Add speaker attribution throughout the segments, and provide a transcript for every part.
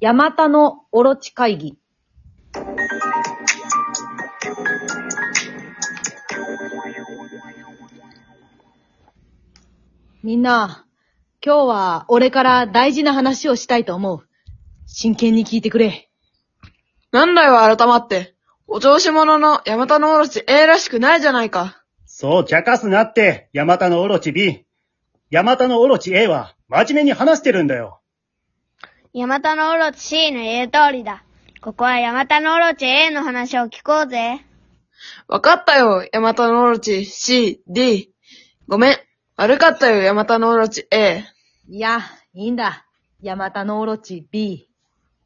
Speaker 1: ヤマタノオロチ会議みんな、今日は俺から大事な話をしたいと思う。真剣に聞いてくれ。
Speaker 2: なんだよ、改まって。お調子者のヤマタノオロチ A らしくないじゃないか。
Speaker 3: そう、茶化すなって、ヤマタのオロチ B。ヤマタのオロチ A は、真面目に話してるんだよ。
Speaker 4: ヤマタノオロチ C の言う通りだ。ここはヤマタノオロチ A の話を聞こうぜ。
Speaker 2: わかったよ、ヤマタノオロチ C、D。ごめん。悪かったよ、ヤマタノオロチ A。
Speaker 1: いや、いいんだ。ヤマタノオロチ B。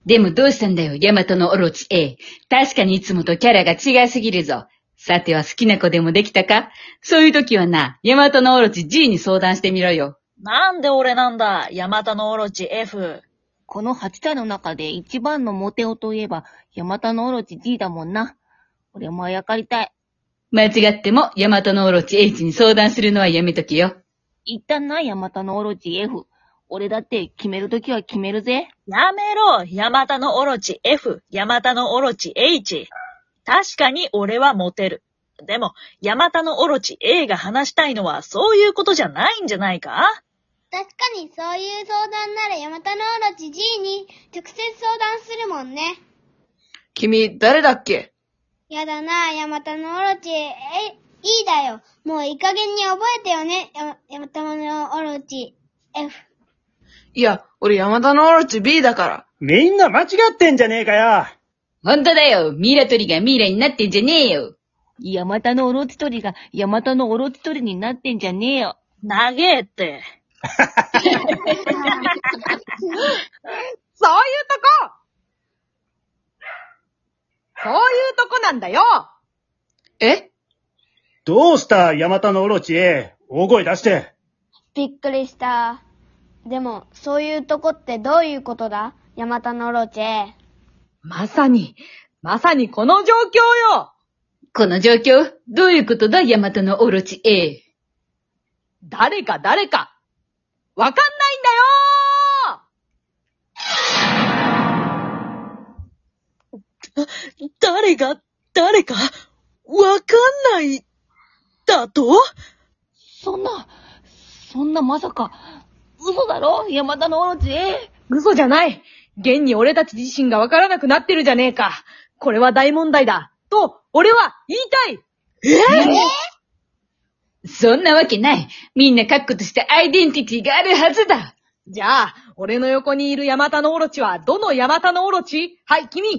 Speaker 5: でもどうしたんだよ、ヤマトのオロチ A。確かにいつもとキャラが違いすぎるぞ。さては好きな子でもできたかそういう時はな、ヤマトのオロチ G に相談してみろよ。
Speaker 6: なんで俺なんだヤマタノオロチ F。
Speaker 7: この8体の中で一番のモテ男といえば、ヤマタノオロチ G だもんな。俺もあやかりたい。
Speaker 5: 間違ってもヤマトのオロチ H に相談するのはやめときよ。
Speaker 7: 一旦な、ヤマタノオロチ F。俺だって決めるときは決めるぜ。
Speaker 6: やめろヤマタノオロチ F。ヤマタノオロチ H。確かに俺はモテる。でも、ヤマタノオロチ A が話したいのはそういうことじゃないんじゃないか
Speaker 8: 確かにそういう相談ならヤマタノオロチ G に直接相談するもんね。
Speaker 2: 君、誰だっけ
Speaker 8: やだなヤマタノオロチ、え、いいだよ。もういい加減に覚えてよね、ヤマヤマタノオロチ F。
Speaker 2: いや、俺ヤマタノオロチ B だから。
Speaker 3: みんな間違ってんじゃねえかよ。
Speaker 5: ほんとだよ、ミイラ鳥がミイラになってんじゃねえよ。
Speaker 7: ヤマタノオロチ鳥がヤマタノオロチ鳥になってんじゃねえよ。
Speaker 6: 長えって。
Speaker 1: そういうとこそういうとこなんだよ
Speaker 2: え
Speaker 3: どうした、ヤマタのオロチ A。大声出して。
Speaker 8: びっくりした。でも、そういうとこってどういうことだヤマタノオロチ。
Speaker 1: まさに、まさにこの状況よ
Speaker 5: この状況、どういうことだ、ヤマトのオロチ A。
Speaker 1: 誰か誰か、わかんないんだよ
Speaker 6: 誰が、誰か、わかんない、だと
Speaker 7: そんな、そんなまさか、嘘だろヤマタノオロチ A。
Speaker 1: 嘘じゃない現に俺たち自身がわからなくなってるじゃねえかこれは大問題だと、俺は言いたい
Speaker 5: そんなわけない。みんな確固としたアイデンティティがあるはずだ。
Speaker 1: じゃあ、俺の横にいるヤマタノオロチは、どのヤマタノオロチはい、君
Speaker 8: えっ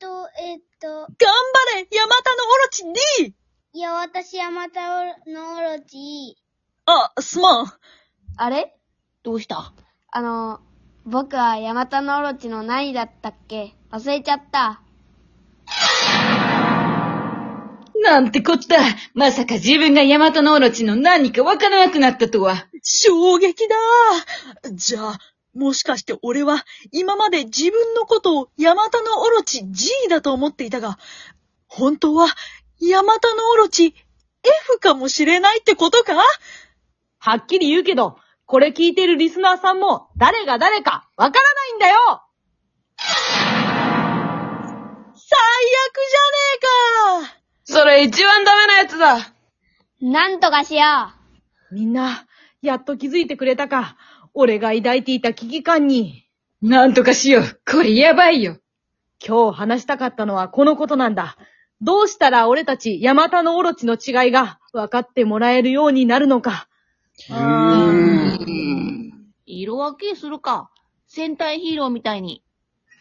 Speaker 8: と、えっと、
Speaker 6: 頑張れヤマタノオロチ D!
Speaker 8: いや、私ヤマタノオロチ。
Speaker 6: あ、すまん。
Speaker 8: あれ
Speaker 7: どうした
Speaker 8: あの、僕はヤマタノオロチの何だったっけ忘れちゃった。
Speaker 5: なんてこった。まさか自分がヤマトのオロチの何かわからなくなったとは。
Speaker 6: 衝撃だじゃあ、もしかして俺は今まで自分のことをヤマタノオロチ G だと思っていたが、本当はヤマタノオロチ F かもしれないってことか
Speaker 1: はっきり言うけど、これ聞いてるリスナーさんも、誰が誰か、わからないんだよ
Speaker 6: 最悪じゃねえか
Speaker 2: それ一番ダメなやつだ。
Speaker 8: なんとかしよう
Speaker 1: みんな、やっと気づいてくれたか。俺が抱いていた危機感に、
Speaker 5: なんとかしよう。これやばいよ。
Speaker 1: 今日話したかったのはこのことなんだ。どうしたら俺たちヤマタノオロチの違いが分かってもらえるようになるのか。
Speaker 7: 色分けするか。戦隊ヒーローみたいに。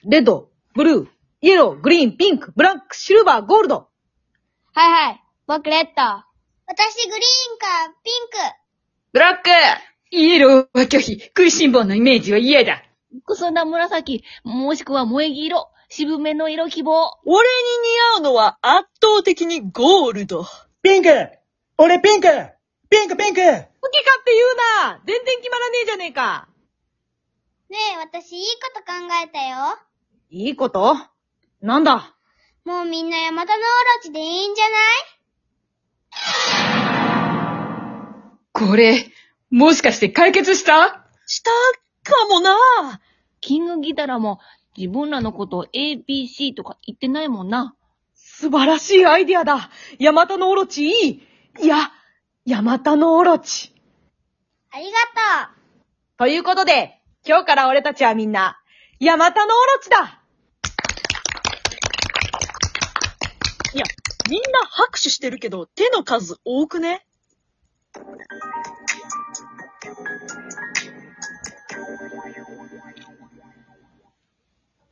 Speaker 1: レッド、ブルー、イエロー、グリーン、ピンク、ブラック、シルバー、ゴールド。
Speaker 8: はいはい、僕レッド。
Speaker 9: 私グリーンかピンク。
Speaker 2: ブラック
Speaker 5: イエローは拒否。食いしん坊のイメージは嫌だ。
Speaker 7: くすんだ紫、もしくは萌え黄色、渋めの色希望。
Speaker 6: 俺に似合うのは圧倒的にゴールド。
Speaker 3: ピンク俺ピンクピンクピ
Speaker 1: 好き勝
Speaker 3: ンク
Speaker 1: 手言うな全然決まらねえじゃねえか
Speaker 8: ねえ、私いいこと考えたよ。
Speaker 1: いいことなんだ
Speaker 8: もうみんなヤマタノオロチでいいんじゃない
Speaker 5: これ、もしかして解決した
Speaker 6: したかもな
Speaker 7: キングギタラも自分らのことを ABC とか言ってないもんな。
Speaker 1: 素晴らしいアイディアだヤマタノオロチいいいや、ヤマタノオロチ。
Speaker 9: ありがとう。
Speaker 1: ということで、今日から俺たちはみんな、ヤマタノオロチだ
Speaker 6: いや、みんな拍手してるけど、手の数多くね